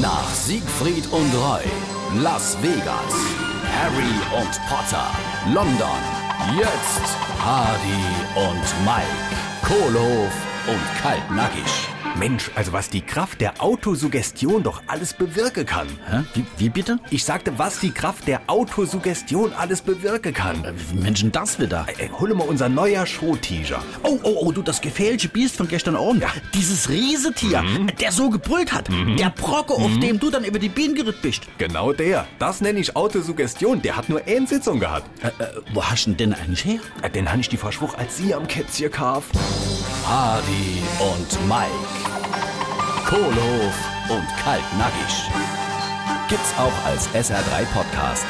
Nach Siegfried und Roy, Las Vegas, Harry und Potter, London, jetzt Hardy und Mike, Kohlehof und Kaltnackig. Mensch, also was die Kraft der Autosuggestion doch alles bewirken kann. Hä? Wie, wie bitte? Ich sagte, was die Kraft der Autosuggestion alles bewirken kann. Äh, Menschen, das wieder. Äh, Ey, hol mal unser neuer Show-Teaser. Oh, oh, oh, du, das gefährliche Biest von gestern Abend. Dieses Riesetier, Mhm. der so gebrüllt hat. Der Brocke, auf dem du dann über die Bienen geritten bist. Genau der. Das nenne ich Autosuggestion. Der hat nur eine Sitzung gehabt. Äh, äh, wo hast du ihn denn eigentlich her? Äh, Den habe ich die Verschwuch als Sie am Kätzchen kauf. Hardy und Mike, Kohlehof und Kaltnackig. Gibt's auch als SR3 Podcast.